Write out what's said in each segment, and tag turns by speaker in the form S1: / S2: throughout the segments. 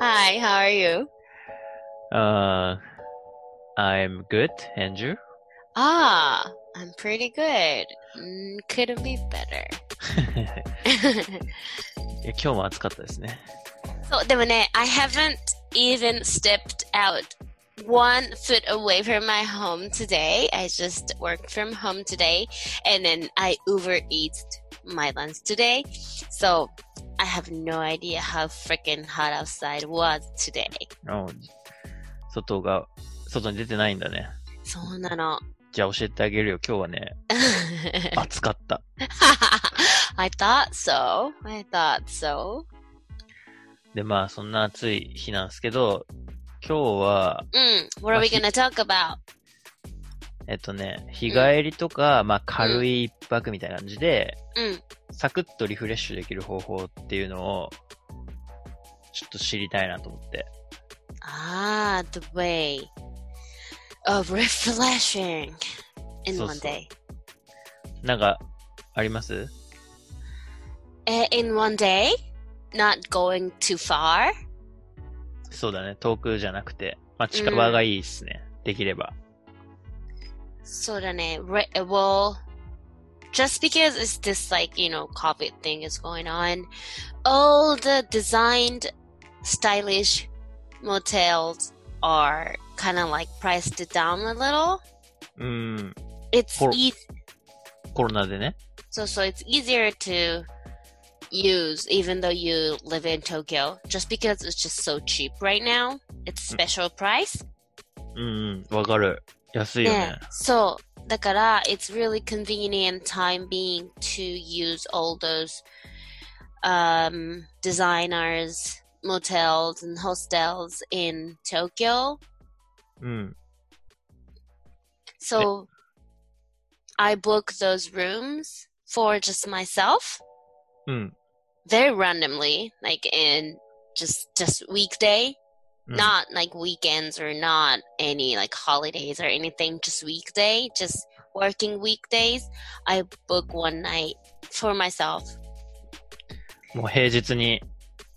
S1: Hi, how are you?
S2: Uh, I'm good, and you?
S1: Ah, I'm pretty good. Mm, could have been better.
S2: いや今日も暑かったですね。
S1: so, でもね、I haven't even stepped out one foot away from my home today. I just worked from home today and then I Uber Eats my lunch today. So, I have no idea how freaking hot outside was today.
S2: うん外が、外に出てないんだね。
S1: そうな の。
S2: じゃあ教えてあげるよ。今日はね、暑かった。
S1: I thought so. I thought so.
S2: で、まあ、そんな暑い日なんですけど、今日は、
S1: Mm, what are we
S2: Must-
S1: gonna talk about?
S2: えっとね、日帰りとか、まあ、軽い一泊みたいな感じで、
S1: Mm.
S2: サクッとリフレッシュできる方法っていうのを、ちょっと知りたいなと思って。
S1: Ah, the way of refreshing in
S2: So-
S1: one day.
S2: なんか、あります
S1: Eh, in one day? Not going too far?
S2: そうだね、遠くじゃなくて、まあ、近場がいいっすね。できれば。
S1: So then, eh, well, just because it's this like you know COVID thing is going on, all the designed, stylish motels are kind of like priced down a little.
S2: うん、
S1: It's e
S2: For-
S1: easy,
S2: コロナでね。
S1: so so it's easier to use even though you live in Tokyo, just because it's just so cheap right now. It's special price.
S2: うんうん、わかる。安いよね
S1: ね。、そう。だから、it's really convenient time being to use all those um, designers, motels, and hostels in Tokyo.
S2: うん。
S1: So I book those rooms for just myself
S2: うん。
S1: very randomly, like in just just weekday,
S2: うん
S1: not like weekends or not any like holidays or anything just weekday just working weekdays i book one night for myself
S2: もう平日に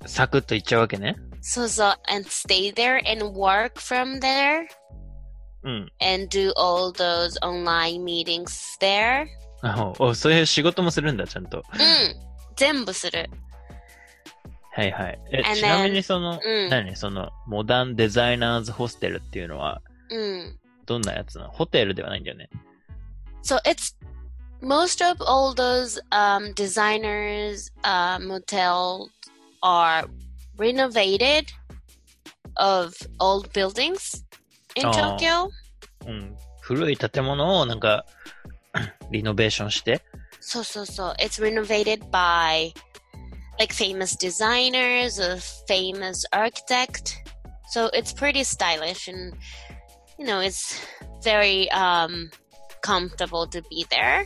S2: サクッと行っちゃうわけね。
S1: so so and stay there and work from there
S2: うん。
S1: and do all those online meetings there
S2: あおそういう仕事もするんだ、ちゃんと。
S1: うん全部するうん
S2: はいはい。え
S1: And then-
S2: ちなみにその、
S1: うん
S2: 何その、モダンデザイナーズホステルっていうのは、どんなやつなのホテルではないんだよね。
S1: so it's most of all those um, designers uh, motels are renovated of old buildings in
S2: Oh.
S1: tokyo
S2: うん。古い建物をなんか、 リノベーションして。
S1: so so so it's renovated by like famous designers or famous architect so it's pretty stylish and you know it's very um, comfortable to be there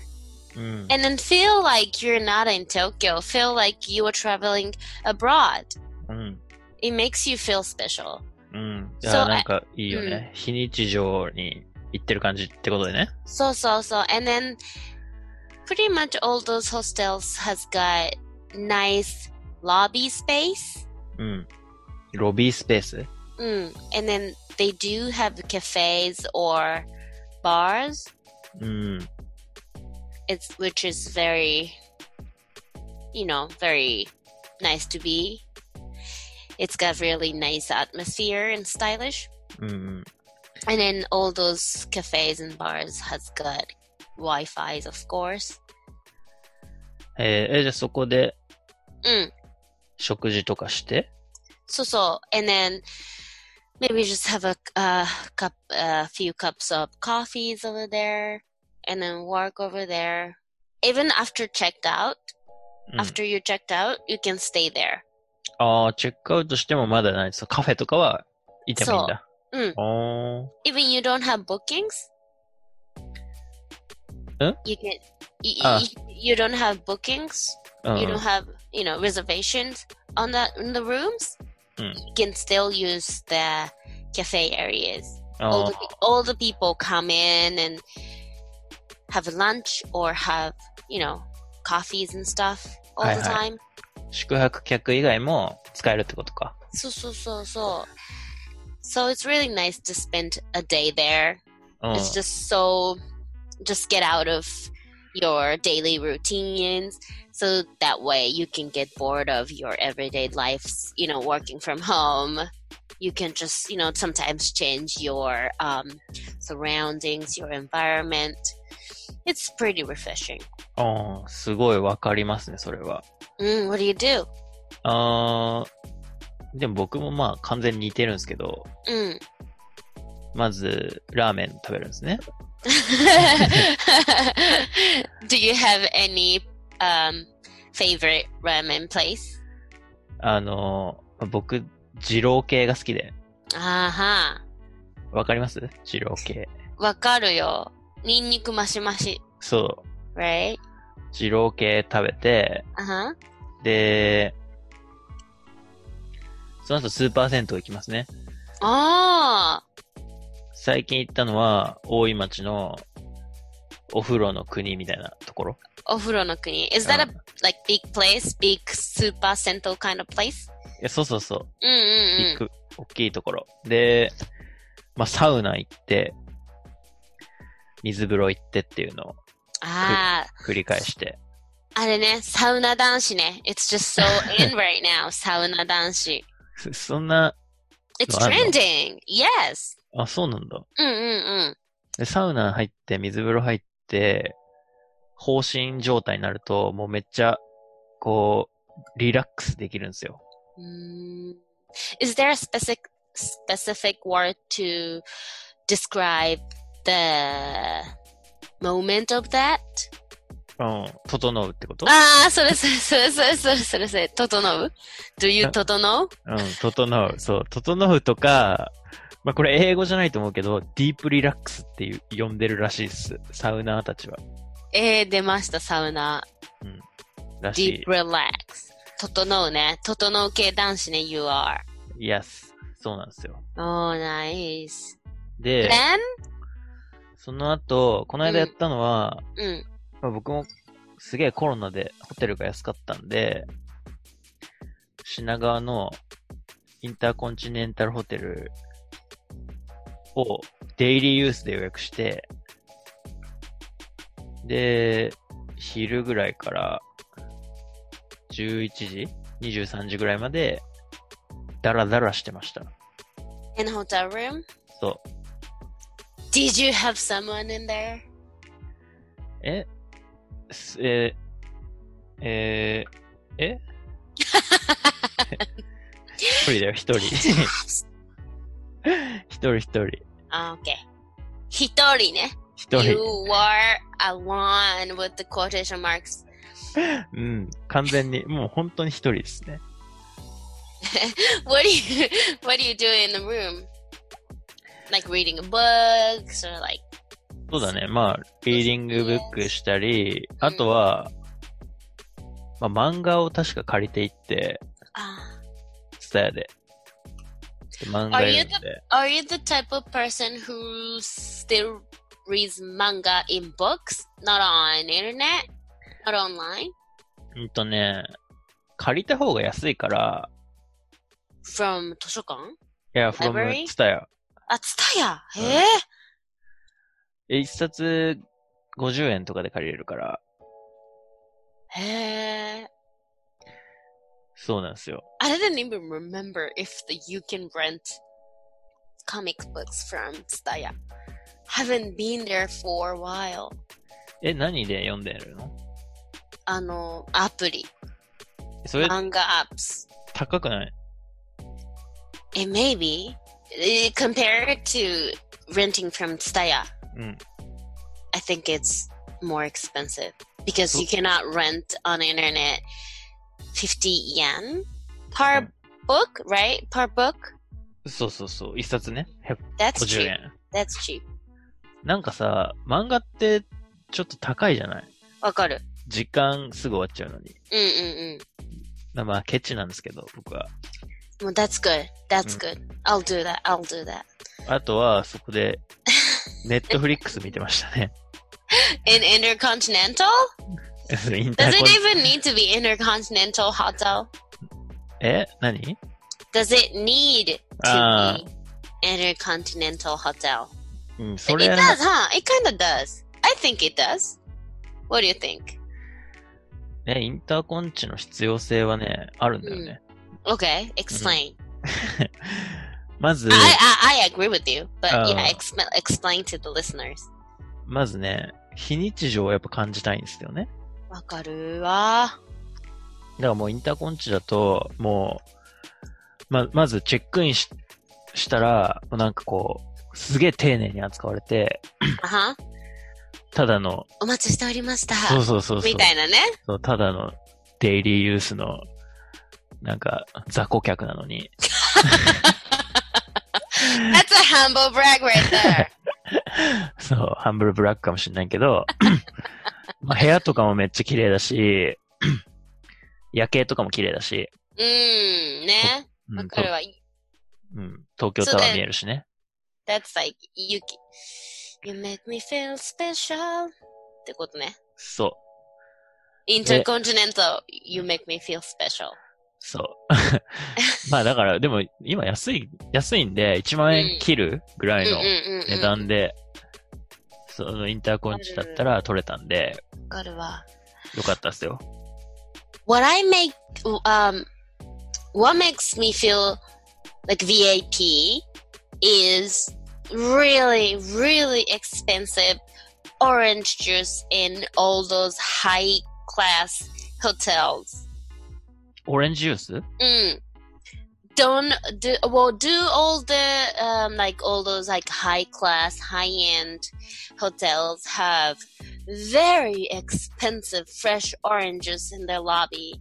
S2: うん。
S1: and then feel like you're not in Tokyo. Feel like you are traveling abroad.
S2: うん。
S1: It makes you feel special.
S2: うん。い
S1: So
S2: や、
S1: I-
S2: なんかいいよね。非日常に行ってる感じってことでね。
S1: So so so. And then pretty much all those hostels has got nice lobby space.
S2: うん。ロビースペース
S1: Mm. And then they do have cafes or bars.
S2: うん。
S1: It's which is very, you know, very nice to be. It's got really nice atmosphere and stylish.
S2: うんうん。
S1: And then all those cafes and bars has got Wi-Fi's, of course.
S2: えーえじゃあそこで
S1: Mm.
S2: 食事とかして、
S1: So so, and then maybe just have a uh, cup, a few cups of coffees over there, and then work over there. Even after checked out,
S2: うん
S1: after you checked out, you can stay there.
S2: ああ、チェックアウトしてもまだない。そうカフェとかは行ってもいいんだ。
S1: そううん
S2: おー
S1: Even you don't have bookings.
S2: Huh?
S1: You can. You,
S2: Ah.
S1: you don't have bookings.
S2: うんうん
S1: you don't have you know reservations on the in the rooms
S2: Mm.
S1: you can still use the cafe areas
S2: あ
S1: all
S2: ー
S1: the, all the people come in and have lunch or have you know coffees and stuff all
S2: Hi,
S1: the
S2: hi.
S1: time
S2: 宿泊客以外も使えるってことか。
S1: そうそうそうそう。So it's really nice to spend a day there.
S2: うん
S1: It's just so, just get out of your daily routines so that way you can get bored of your everyday lives, you know, working from home. You can just, you know, sometimes change your um, surroundings, your environment. It's pretty refreshing.
S2: うん。すごいわかりますね、それは。
S1: Mm, what do you do?
S2: あーでも僕もまあ完全に似てるんですけど、
S1: Mm.
S2: まず、ラーメン食べるんですね。
S1: Do you have any um, favorite ramen place?
S2: あのー、僕、二郎系が好きで。
S1: あは
S2: わかります二郎系。
S1: わかるよ。ニンニクマシマシ。
S2: そう。
S1: Right?
S2: 二郎系食べて、
S1: あは。
S2: で、その後スーパー銭湯行きますね。
S1: あ
S2: 最近行ったのは、大井町のお風呂の国みたいなところ。
S1: あ。お風呂の国。Is that
S2: う
S1: a
S2: ん
S1: like big place? Big super central kind of place? Mm,
S2: いやそうそうそう。
S1: うん
S2: ビッ
S1: うんうん。
S2: グ、大きいところ。で、まあ、サウナ行って、水風呂行ってっていうのを
S1: ああ。
S2: 繰り返して。
S1: Ah. あれね、サウナ男子ね。It's just so in right now, サウナ男子。
S2: そ そんな、
S1: It's
S2: あんの
S1: trending! Yes! Mm,
S2: あ、そうなんだ。
S1: うんうん
S2: で、サウナ入って、水風呂入って、放心状態になると、もうめっちゃ、こう、リラックスできるんですよ。
S1: うん。うん mm. Is there a specific, specific word to describe the moment of that?
S2: うん。整うってこと
S1: ああ、それそれそれそれそれそれそれ、整う ?Do you
S2: あ
S1: 整う
S2: うん、整う。そう、整うとか、まあ、これ英語じゃないと思うけど、ディープリラックスっていう、呼んでるらしいです。サウナーたちは。
S1: えー、出ました、サウナ。
S2: らしい
S1: deep。relax. 整うね。整う系男子ね、you are.
S2: Yes。そうなんですよ。
S1: Oh, nice.
S2: で、
S1: Then?
S2: その後、この間やったのは、
S1: うん。
S2: まあ、僕もすげえコロナでホテルが安かったんで、品川のインターコンチネンタルホテルをデイリーユースで予約して、で、昼ぐらいから11時 ?23 時ぐらいまでダラダラしてました。
S1: In a hotel room?
S2: そう。
S1: Did you have someone in there?
S2: えすえー、えー、え 一人だよ、一人。 一人一人。
S1: あ、OK. 一人ね。
S2: 一
S1: You were
S2: 人。
S1: alone with the quotation marks.
S2: うん。完全に、もう本当に一人ですね。
S1: what do you What do you do in the room? Like reading books or like
S2: そうだね。まあ、リーディングブックしたり、あとは、まあ、漫画を確か借りていって、
S1: ah.
S2: ツタヤで。で漫画読んで。
S1: Are you the type of person who still reads manga in books, not on internet, not online,
S2: うんとね、借りた方が安いから、
S1: from 図書館？
S2: いや、from
S1: Library？
S2: ツタヤ。
S1: あ、ツタヤ。
S2: うん
S1: え
S2: え、一冊50円とかで借りれるから、
S1: ー、へー。
S2: そうなんですよ。
S1: I didn't even remember if the, you can rent comic books from Tsutaya. Haven't been there for a while.
S2: え、何で読んでるの
S1: あの、アプリ。
S2: それ
S1: 漫画アプス。
S2: 高くない
S1: It may be. eh, Compared to renting from Tsutaya,
S2: うん。
S1: I think it's more expensive because you
S2: So-
S1: cannot rent on the internet 50 yen per book, right? Per book?
S2: そうそうそう。一冊ね。
S1: That's
S2: 150
S1: cheap.
S2: 円。
S1: That's cheap.
S2: なんかさ、漫画ってちょっと高いじゃない
S1: わかる。
S2: 時間すぐ終わっちゃうのに。
S1: うんうん
S2: まあまあ、ケチなんですけど、僕は。
S1: うん。もう That's good. That's
S2: う
S1: good.
S2: ん
S1: I'll do that. I'll do that.
S2: あとは、そこで、ネットフリックス見てましたね。
S1: In intercontinental?
S2: インター
S1: Does
S2: コ
S1: it
S2: ン
S1: even need to be intercontinental hotel?
S2: え何
S1: Does it need to
S2: Ah.
S1: be intercontinental hotel?
S2: うん、そ
S1: It
S2: れ
S1: does, huh? It kind of does. I think it does. What do you think?
S2: ね、インターコンチの必要性はね、あるんだよね。
S1: Okay, explain.
S2: まず
S1: I,、I I agree with you, but yeah,
S2: Ah.
S1: explain explain to the listeners.
S2: まずね、非日常をやっぱ感じたいんですよね。
S1: わかるわ。
S2: だからもうインターコンチだと、もう、ま、まずチェックインししたら、もうなんかこう、すげえ丁寧に扱われて、
S1: あは。
S2: ただの、
S1: お待ちしておりました。
S2: そうそうそうそう
S1: みたいなね。
S2: そう、ただのデイリーユースの、なんか、雑魚客な のに、
S1: That's a humble brag right there.
S2: そう、ハンブルブラックかもしれないけ ど、まあ部屋とかもめっちゃ綺麗だし、夜景とかも綺麗だし、
S1: うん、ね。
S2: うん
S1: わかるわ。
S2: とうん東京タワー見えるしね。
S1: That's like, you, you make me feel special. ってことね。
S2: そう、
S1: Intercontinental, you make me feel special.
S2: そう。ま あだから、でも今安い、安いんで、1万円切るぐら
S1: うん
S2: い
S1: うん
S2: の
S1: うんう
S2: 値
S1: ん。
S2: 段で、そのインターコンチだったら取れたんで、
S1: わかるわ。
S2: よかったっすよ。
S1: What I make, um, what makes me feel like VIP is really, really expensive orange juice in all those high class hotels.
S2: オレンジジュース
S1: Mm. Don't do well. Do all the um, like all those like high class, high end hotels have very expensive fresh oranges in their lobby?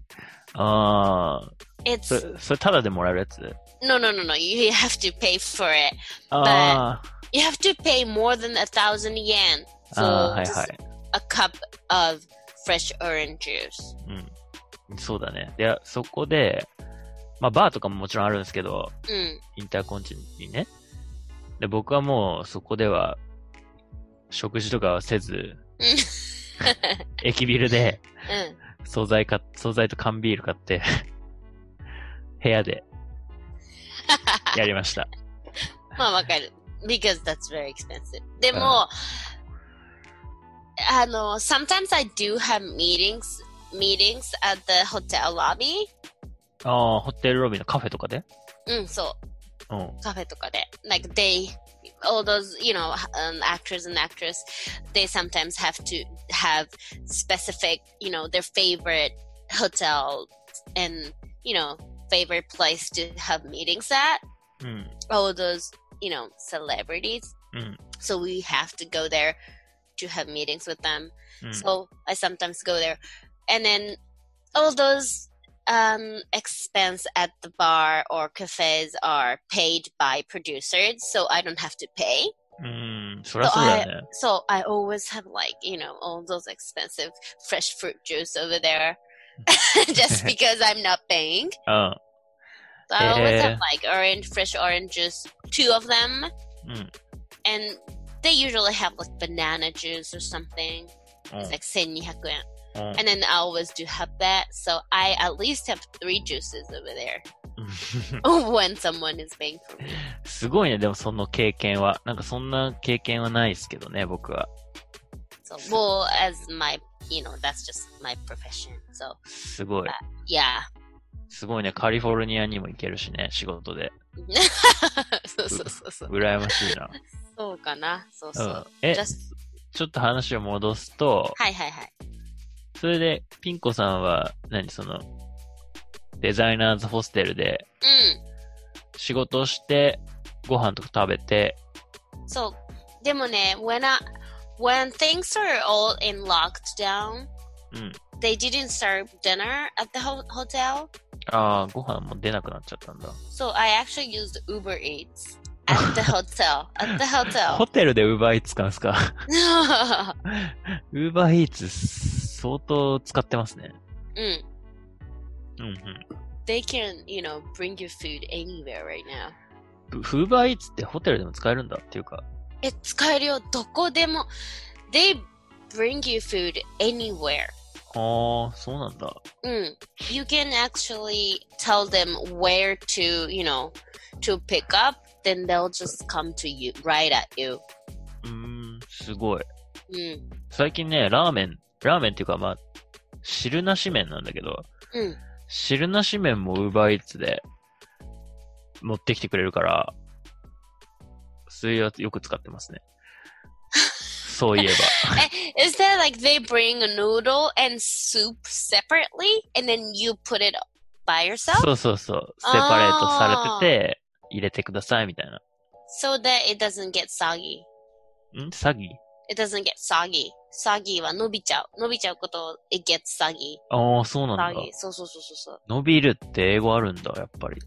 S2: ああ、
S1: It's
S2: それ、それタダでもらえるやつ
S1: no, no, no, no. You have to pay for it.
S2: あ
S1: You have to pay more than a thousand yen
S2: あ、ああ、
S1: for
S2: はい
S1: just
S2: はい。
S1: a cup of fresh orange juice.
S2: うん。そうだね。いや、そこで、まあ、バーとかももちろんあるんですけど、
S1: Mm.
S2: インターコンチにね。で、僕はもう、そこでは、食事とかはせず、駅ビルで、
S1: Mm.
S2: 惣菜か、惣菜と缶ビール買って、 部屋で、やりました。
S1: まあわかる。Because that's very expensive. で
S2: うん
S1: も、あの、sometimes I do have meetings, meetings at the hotel lobby.
S2: ああ、ホテルロビーのカフェとかで
S1: うん、そう。
S2: うん。
S1: カフェとかで。Like they, all those, you know, um, actors and actresses, they sometimes have to have specific, you know, their favorite hotel and, you know, favorite place to have meetings at.
S2: うん。
S1: all those you know celebrities
S2: Mm.
S1: so we have to go there to have meetings with them
S2: うん。
S1: so i sometimes go there and then all those um expense at the bar or cafes are paid by producers so i don't have to pay
S2: うん。そりゃそうだよね。
S1: so i always have like you know all those expensive fresh fruit juice over there just because i'm not paying
S2: うん。
S1: so i always have
S2: Yeah.
S1: like orange fresh orange juice two of them
S2: うん。
S1: and they usually have like banana juice or something.
S2: うん
S1: It's like 1200 yen.
S2: うん
S1: And then I always do have that. So I at least have three juices over there
S2: うん。
S1: when someone is paying for me.
S2: すごいね、でもその経験は。なんかそんな経験はないですけどね、僕は。
S1: So, well, as my, you know, that's just my profession. So
S2: すごい。
S1: yeah.
S2: すごいね、カリフォルニアにも行けるしね、仕事で。
S1: そうそうそうそう。
S2: 羨ましい な。
S1: そうかな。そう
S2: う
S1: そ
S2: ん
S1: う。。
S2: え、
S1: Just-
S2: ちょっと話を戻すと、
S1: はいはいはい。
S2: それで、ピンコさんは、何その、デザイナーズホステルで
S1: うん。
S2: 仕事をして、ご飯とか食べて、
S1: So, でもね、when, I, when things are all in lockdown,
S2: うん。
S1: they didn't serve dinner at the ho- hotel.
S2: ああ、ご飯も出なくなっちゃったんだ。
S1: So I actually used Uber Eats at the hotel. At the
S2: ホ
S1: hotel.
S2: テルで Uber Eats 使うんすか ?Uber Eats 相当使ってますね。
S1: Mm.
S2: うんうん。
S1: They can, you know, bring you food anywhere right now.
S2: ウーバーイーツってホテルでも使えるんだっていうか。
S1: え、使えるよ。どこでも。They bring you food anywhere.
S2: ああ、そうなんだ。
S1: Mm. You can actually tell them where to, you know, to pick up. Then they'll just come to you, right at you.
S2: うーん、すごい。
S1: Mm.
S2: 最近ね、ラーメン、ラーメンっていうかまあ、汁なし麺なんだけど、
S1: うん
S2: 汁なし麺も Uber Eats で持ってきてくれるから、そういうやつよく使ってますね。そういえ
S1: Eh, Is that like they bring a noodle and soup separately, and then you put it by
S2: ば。
S1: yourself
S2: そうそうそう。セパレートされてて、入れてくださいみたいな。
S1: so that it doesn't get soggy?
S2: ん詐欺
S1: It doesn't get soggy. Soggy は伸びちゃう。伸びちゃうことを it gets soggy.
S2: ああ、そうなんだ
S1: soggy.。そうそうそうそうそう。
S2: 伸びるって英語あるんだ、やっぱり。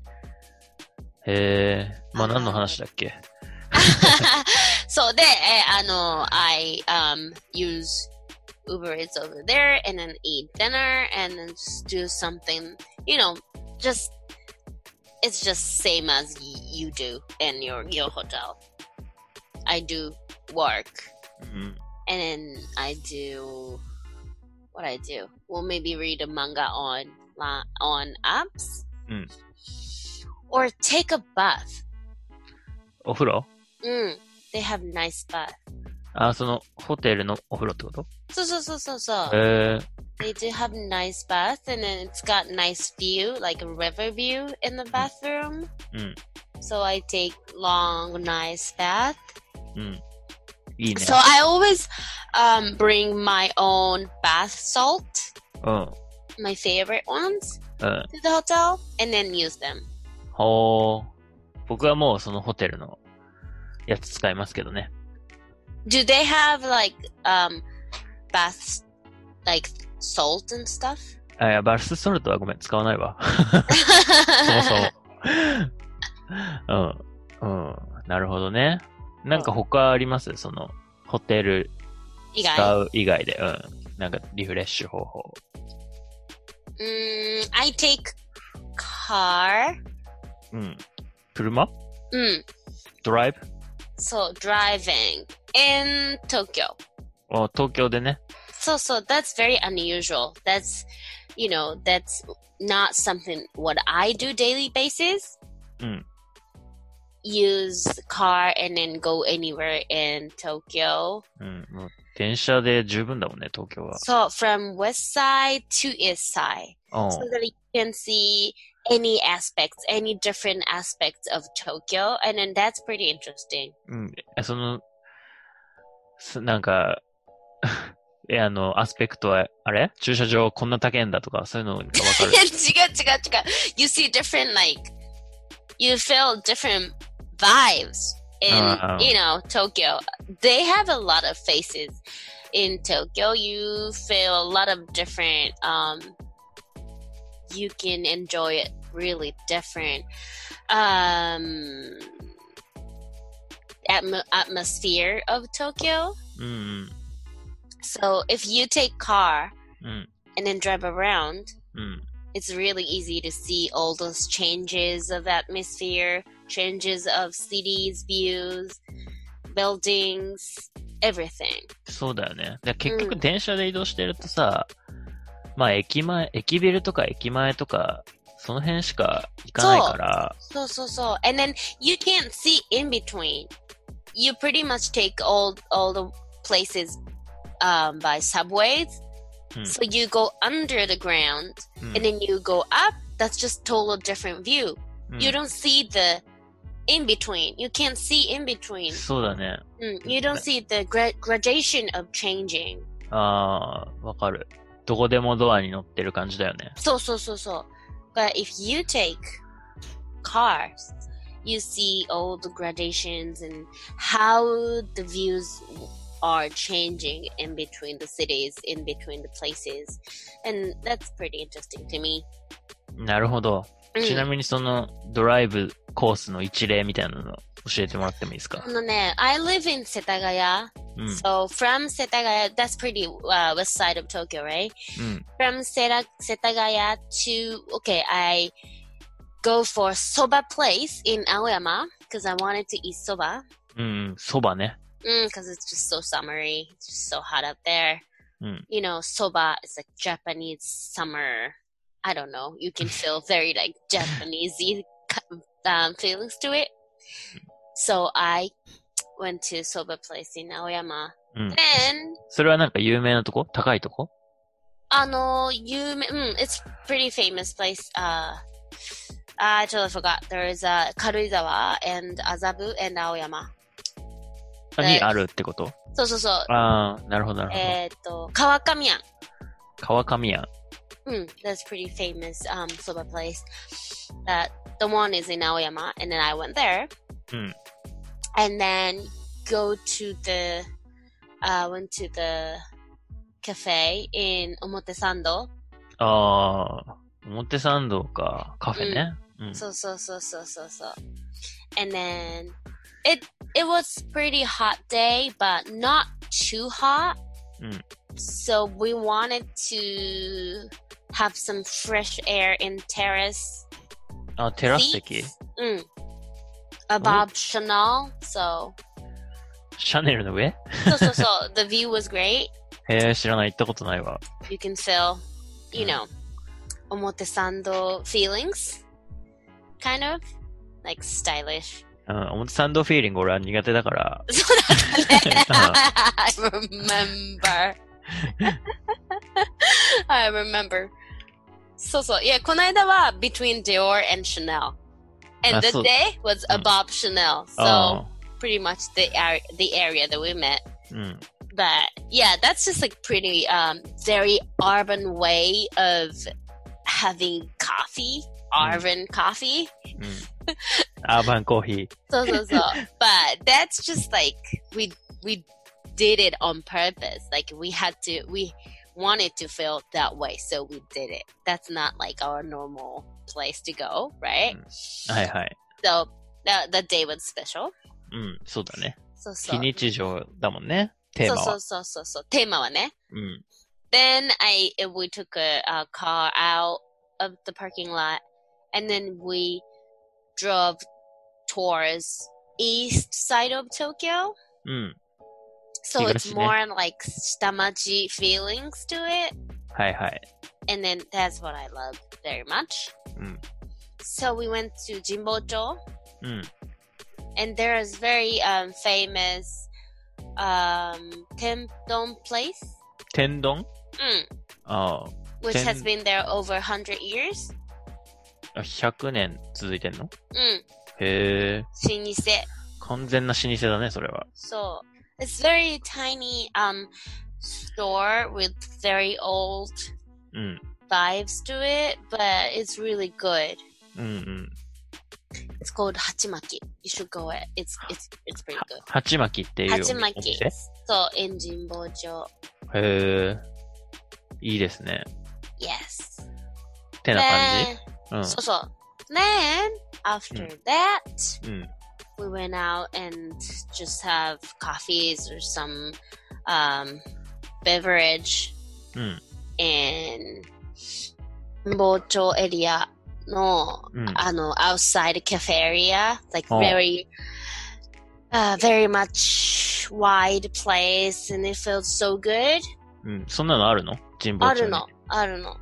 S2: へえ。まあ何の話だっけ
S1: そうで、え、あの、I um, use Uber Eats over there and then eat dinner and then just do something, you know, just it's just same as y- you do in your your hotel. I do work
S2: うん。
S1: and then I do what I do. Well, maybe read a manga on li- on apps,
S2: Mm.
S1: or take a bath.
S2: お風呂
S1: Mm, they have nice bath.
S2: あ、その、ホテルのお風呂ってこと
S1: So so so so so.
S2: へえ。
S1: They do have nice bath, and then it's got nice view, like a river view in the bathroom.
S2: Mm.
S1: So I take long, nice bath.
S2: いいね。
S1: So I always um, bring my own bath salt,
S2: うん。
S1: my favorite ones,
S2: うん。
S1: to the hotel, and then use them.
S2: ほー。僕はもうそのホテルのやつ使いますけどね。
S1: Do they have like um baths like salt and stuff?
S2: あ、いや、バスソルトはごめん、使わないわ。そもそ も。うん。うん。なるほどね。なんか他ありますその、ホテル使
S1: 以外。
S2: う以外で。うん。なんかリフレッシュ方法。
S1: Mm, I take car.
S2: うん。車
S1: Mm,
S2: ドライブ
S1: so driving in Tokyo.
S2: あ東京でね。
S1: So so that's very unusual. That's you know, that's not something what I do daily basis.
S2: Mm.
S1: Use car and then go anywhere in Tokyo.
S2: うん。もう電車で十分だもんね、東京は。
S1: So from west side to east side,
S2: うん。
S1: so that you can see any aspects, any different aspects of Tokyo, and then that's pretty interesting.
S2: うん、えその、すなんか、 え、あの、アスペクトは、あれ駐車場こんな高いんだとか、そういうのがわか る。
S1: 違う違う違う。You see different like, you feel different vibes in
S2: Ah.
S1: you know Tokyo. They have a lot of faces in Tokyo. You feel a lot of different. Um, you can enjoy it really different. Um. atmo- atmosphere of Tokyo.
S2: うん
S1: So if you take car
S2: うん、うん、
S1: and then drive around,
S2: うん。
S1: it's really easy to see all those changes of atmosphere, changes of cities, views, buildings, everything.
S2: そうだよね。で結
S1: う
S2: 局
S1: ん
S2: 電車で移動してるとさ、まあ駅前、駅ビルとか駅前とか、その辺しか行かないから、
S1: So so so, and then you can't see in between. You pretty much take all all the places um, by subways.
S2: Hmm.
S1: So you go under the ground
S2: うん
S1: and then you go up. That's just total different view.
S2: うん
S1: You don't see the in between. You can't see in between.
S2: そうだね。
S1: Mm, you don't see the gra- gradation of changing.
S2: ああ、わかる。どこでもドアに乗ってる感じだよね。
S1: So so so so. But if you take cars, you see all the gradations and how the views are changing in between the cities, in between the places, and that's pretty interesting to me.
S2: なるほど。
S1: Mm.
S2: ちなみにそのドライブコースの一例みたいなの教えてもらってもいいですか
S1: あのね I live in Setagaya,
S2: うん。
S1: so from Setagaya, that's pretty uh, west side of Tokyo, right?
S2: うん。
S1: from Seta- Setagaya to okay, I go for soba place in Aoyama because I wanted to eat soba
S2: うんうん。そばね。
S1: Mm, because it's just so summery, it's just so hot out there.
S2: ううん。
S1: you know, soba is like Japanese summer. I don't know. You can feel very like Japanesey cu- um, feelings to it. So I went to soba place in Aoyama.
S2: うん。
S1: Then,
S2: それはなんか有名なとこ高いとこ
S1: I know you. Mm, it's pretty famous place. Uh, I totally forgot. There is uh, Karuizawa and Azabu and Aoyama.
S2: にあるってこと
S1: そうそうそう。
S2: ああ、なるほど、なるほど。
S1: えーっと、川上庵。
S2: 川上庵。
S1: Mm, that's pretty famous um, soba place. That the one is in Aoyama, and then I went there.
S2: Mm.
S1: And then go to the uh, went to the cafe in Omotesando.
S2: ああ、表参道か。カフェね。うん。
S1: So so so so so so. And then it it was pretty hot day, but not too hot.
S2: Mm.
S1: So we wanted to have some fresh air in terrace
S2: あ、テラス席
S1: Mm. Above Chanel, so
S2: シャネルの上
S1: so so so the view was great.
S2: へえ、知らない。行ったことないわ。
S1: You can feel, you know,
S2: Mm.
S1: omotesando feelings, kind of like stylish.
S2: うん、表参道フィーリング俺は苦手だから。
S1: So that- I remember. I remember. そうそう。いや、この間は between Dior and Chanel.
S2: あ
S1: And the
S2: そう
S1: day was
S2: うん
S1: above Chanel. So
S2: あ
S1: pretty much the, ar- the area that we met.
S2: あ、うん。
S1: but yeah that's just like pretty um very urban way of having coffee
S2: Mm.
S1: urban coffee
S2: うん。アーバンコーヒー。
S1: so so so but that's just like we we did it on purpose like we had to we wanted to feel that way so we did it that's not like our normal place to go right
S2: はいはい。
S1: so the, the day was special
S2: うん、そうだね。
S1: so so
S2: 非日常だもんね。テー
S1: so
S2: マ
S1: so
S2: は。
S1: so so so テーマはね
S2: うん。
S1: then I eh, we took a, a car out of the parking lot, and then we drove towards east side of Tokyo.
S2: うん。
S1: So it's
S2: 東ね。
S1: more like stamachi feelings to it,
S2: はいはい。
S1: and then that's what I love very much.
S2: うん。
S1: So we went to Jimbocho,
S2: うん。
S1: and there is very um, famous um, tendon place,
S2: 天丼
S1: mm,
S2: あ
S1: which has been
S2: Ten-
S1: there over hundred years.
S2: あ、100年続いてんの
S1: Mm,
S2: へえ、
S1: 老舗
S2: 完全な老舗だね、それは。
S1: So it's very tiny um store with very old
S2: うん。
S1: vibes to it, but it's really good.
S2: うんうん。
S1: It's called Hachimaki. You should go it. It's it's it's pretty
S2: は
S1: good.
S2: 鉢巻きっていうお店。
S1: Hachimaki.
S2: へ
S1: So in Jinbojo.
S2: え、いいですね。
S1: Yes.
S2: てな感
S1: Then,
S2: じ
S1: so so. Then after that
S2: うん。うん。
S1: we went out and just have coffees or some um, beverage
S2: Mm.
S1: in Bocho area no
S2: うん。
S1: I know outside cafe area like
S2: Oh.
S1: very uh, very much wide place and it feels so good
S2: うん。そんなのあるの神保
S1: あ
S2: 町に
S1: るの、あるの。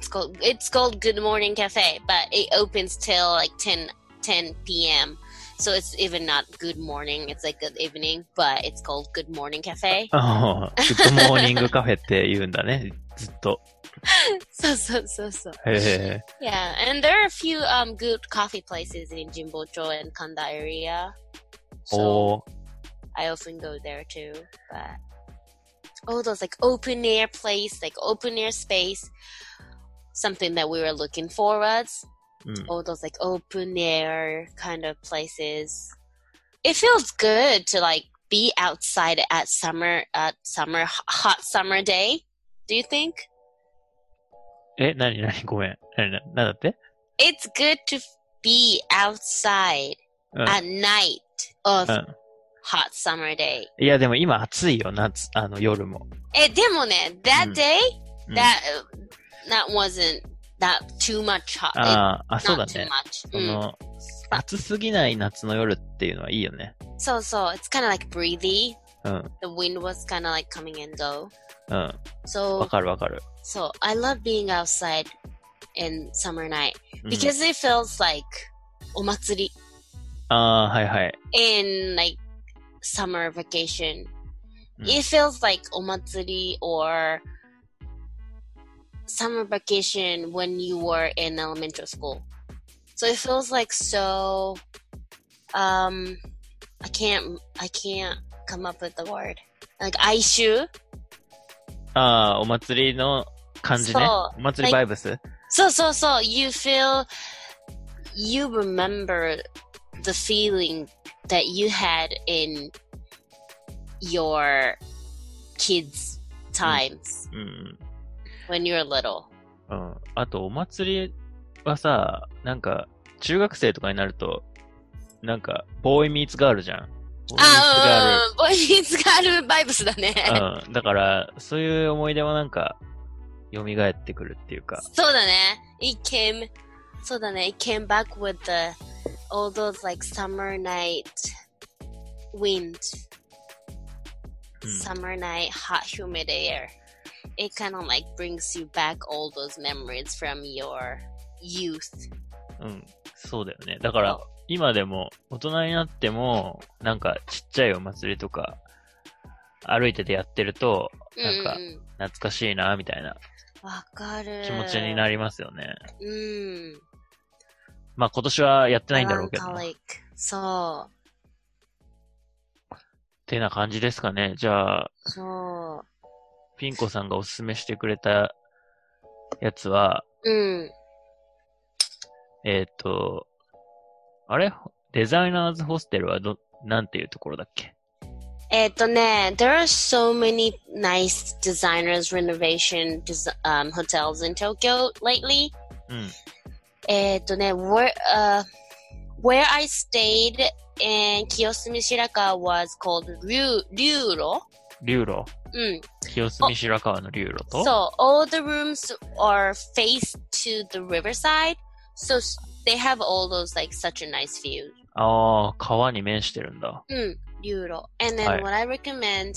S1: It's called, it's called Good Morning Cafe, but it opens till like 10, 10 p.m. So it's even not good morning, it's like good evening, but it's called Good Morning Cafe.
S2: ああ、グッドモーニングカフェって言うんだね。ずっと。
S1: so, so, so, so.
S2: へえ。
S1: Yeah, and there are a few um, good coffee places in Jimbocho and Kanda area. So
S2: おー
S1: I often go there too, but all those like open air place, like open air space, something that we were looking forwards.
S2: うん。
S1: all those like open air kind of places. It feels good to like be outside at summer at summer h- hot summer day. Do you think
S2: え、なになにごめん。なにな、なんだって
S1: it's good to be outside
S2: うん。
S1: at night of
S2: うん。
S1: hot summer day?
S2: いや、でも今暑いよ、夏、あの、夜も。
S1: Eh, demone, that
S2: Mm.
S1: day
S2: Mm.
S1: that uh, that wasn't that too much hot.
S2: ああ、あ、
S1: It's
S2: そうだ
S1: not too
S2: ね。
S1: much. Mm.
S2: その、暑すぎない夏の夜っていうのはいいよね。
S1: So so it's kind of like breathy.
S2: うん、
S1: The wind was kind of like coming and go.
S2: う
S1: So
S2: ん。わかるわかる。
S1: So I love being outside in summer night
S2: うん
S1: because it feels like "Oh, お祭り
S2: ああ、はいはい。
S1: in like summer vacation.
S2: Mm.
S1: It feels like お祭り or summer vacation when you were in elementary school. So it feels like so um I can't I can't come up with the word. Like 哀愁
S2: ああ、お祭りの感じね。
S1: そ
S2: お祭りバイブス。
S1: So so so you feel you remember the feeling that you had in your kids times
S2: うん。
S1: when you were little.
S2: うん。あと、お祭りはさ、なんか、中学生とかになると、なんか、ボーイミーツガールじゃん。ボーイミーツガール
S1: あ、うん、 ボイズガールバイブスだね。
S2: うん、だから、そういう思い出もなんか、蘇ってくるっていうか。
S1: そうだね。It eh? came, そうだね。It came back with the, all those like summer night wind,
S2: うん
S1: summer night hot humid air. It kind of like brings you back all those memories from your youth. Oh,
S2: うん。そうだよね。だから、今でも、大人になっても、なんか、ちっちゃいお祭りとか、歩いててやってると、なんか
S1: うんうん
S2: 懐かしいな、みたいな
S1: わかる。
S2: 気持ちになりますよね。
S1: うん。
S2: まあ、今年はやってないんだろうけどな。っ
S1: Melancholic. そ
S2: てな感じですかね。じゃあ、
S1: う。そ
S2: ピンコさんがおすすめしてくれたやつは、
S1: う。うん。
S2: えっ、と、あれデザイナーズホステルはど、なんていうところだっけ
S1: えっとね、there are so many nice designers renovation des um, hotels in Tokyo lately.
S2: うん。
S1: えっとね、where, uh, where I stayed in Kiyosumi Shirakawa was called Ryu, Ryuro.
S2: 流路
S1: うん。
S2: 清澄白河の流路と
S1: So all the rooms are faced to the riverside. So s- they have all those like such a nice view.
S2: ああ、川に面してるんだ。
S1: Mm, euro. And then
S2: Right.
S1: what I recommend,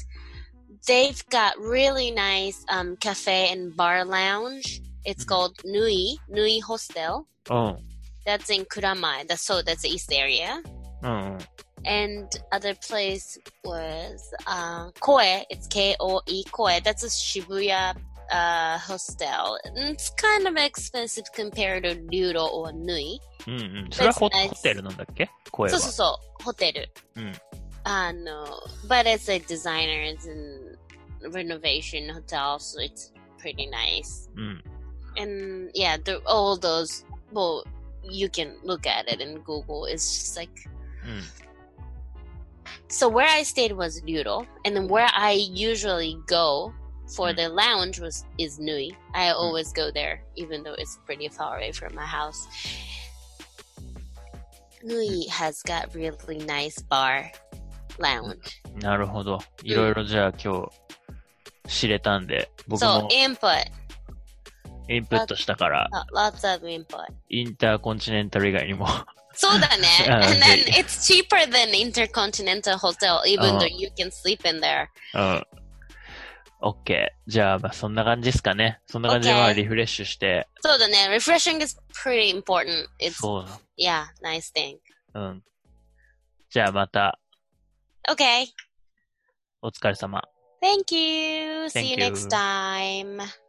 S1: they've got really nice um, cafe and bar lounge. It's
S2: Mhm.
S1: called Nui Nui Hostel.
S2: うん。
S1: That's in Kuramai. That's so that's the east area.
S2: うんうん。
S1: And other place was uh, Koe. It's K O E Koe. That's a Shibuya uh, hostel. And it's kind of expensive compared to Ryuro or Nui.
S2: うんうん。それはホ
S1: nice.
S2: ホテルなんだっけ声
S1: そ
S2: は。
S1: うそうそう、ホテル。
S2: うん。
S1: but it's like designers and renovation hotel, so it's pretty nice.
S2: うん。
S1: And yeah, the, all those, well, you can look at it in Google. It's just like,
S2: うん。
S1: so where I stayed was Ryuro, and then where I usually go for
S2: Mm.
S1: the lounge was is Nui. I always go there, even though it's pretty far away from my house. Nui has got really nice bar lounge.
S2: なるほど。いろいろじゃあ今日知れたんで、僕
S1: So
S2: も
S1: input,
S2: インプットしたから、
S1: uh, lots of input.
S2: インターコンチネンタル以外にも。
S1: So that,
S2: Ah,
S1: and then
S2: okay.
S1: it's cheaper than intercontinental hotel, even
S2: Oh.
S1: though you can sleep in there.
S2: うん。オッケー。じゃあ、まあそんな感じですかね。そんな感じで、まあ
S1: Okay.
S2: リフレッシュして。
S1: So the refreshing is pretty important. It's
S2: そう
S1: yeah, nice thing.
S2: だ。うん。じゃあまた、
S1: Okay.
S2: お疲れ様。
S1: Thank you. See
S2: Thank
S1: you next
S2: you.
S1: time.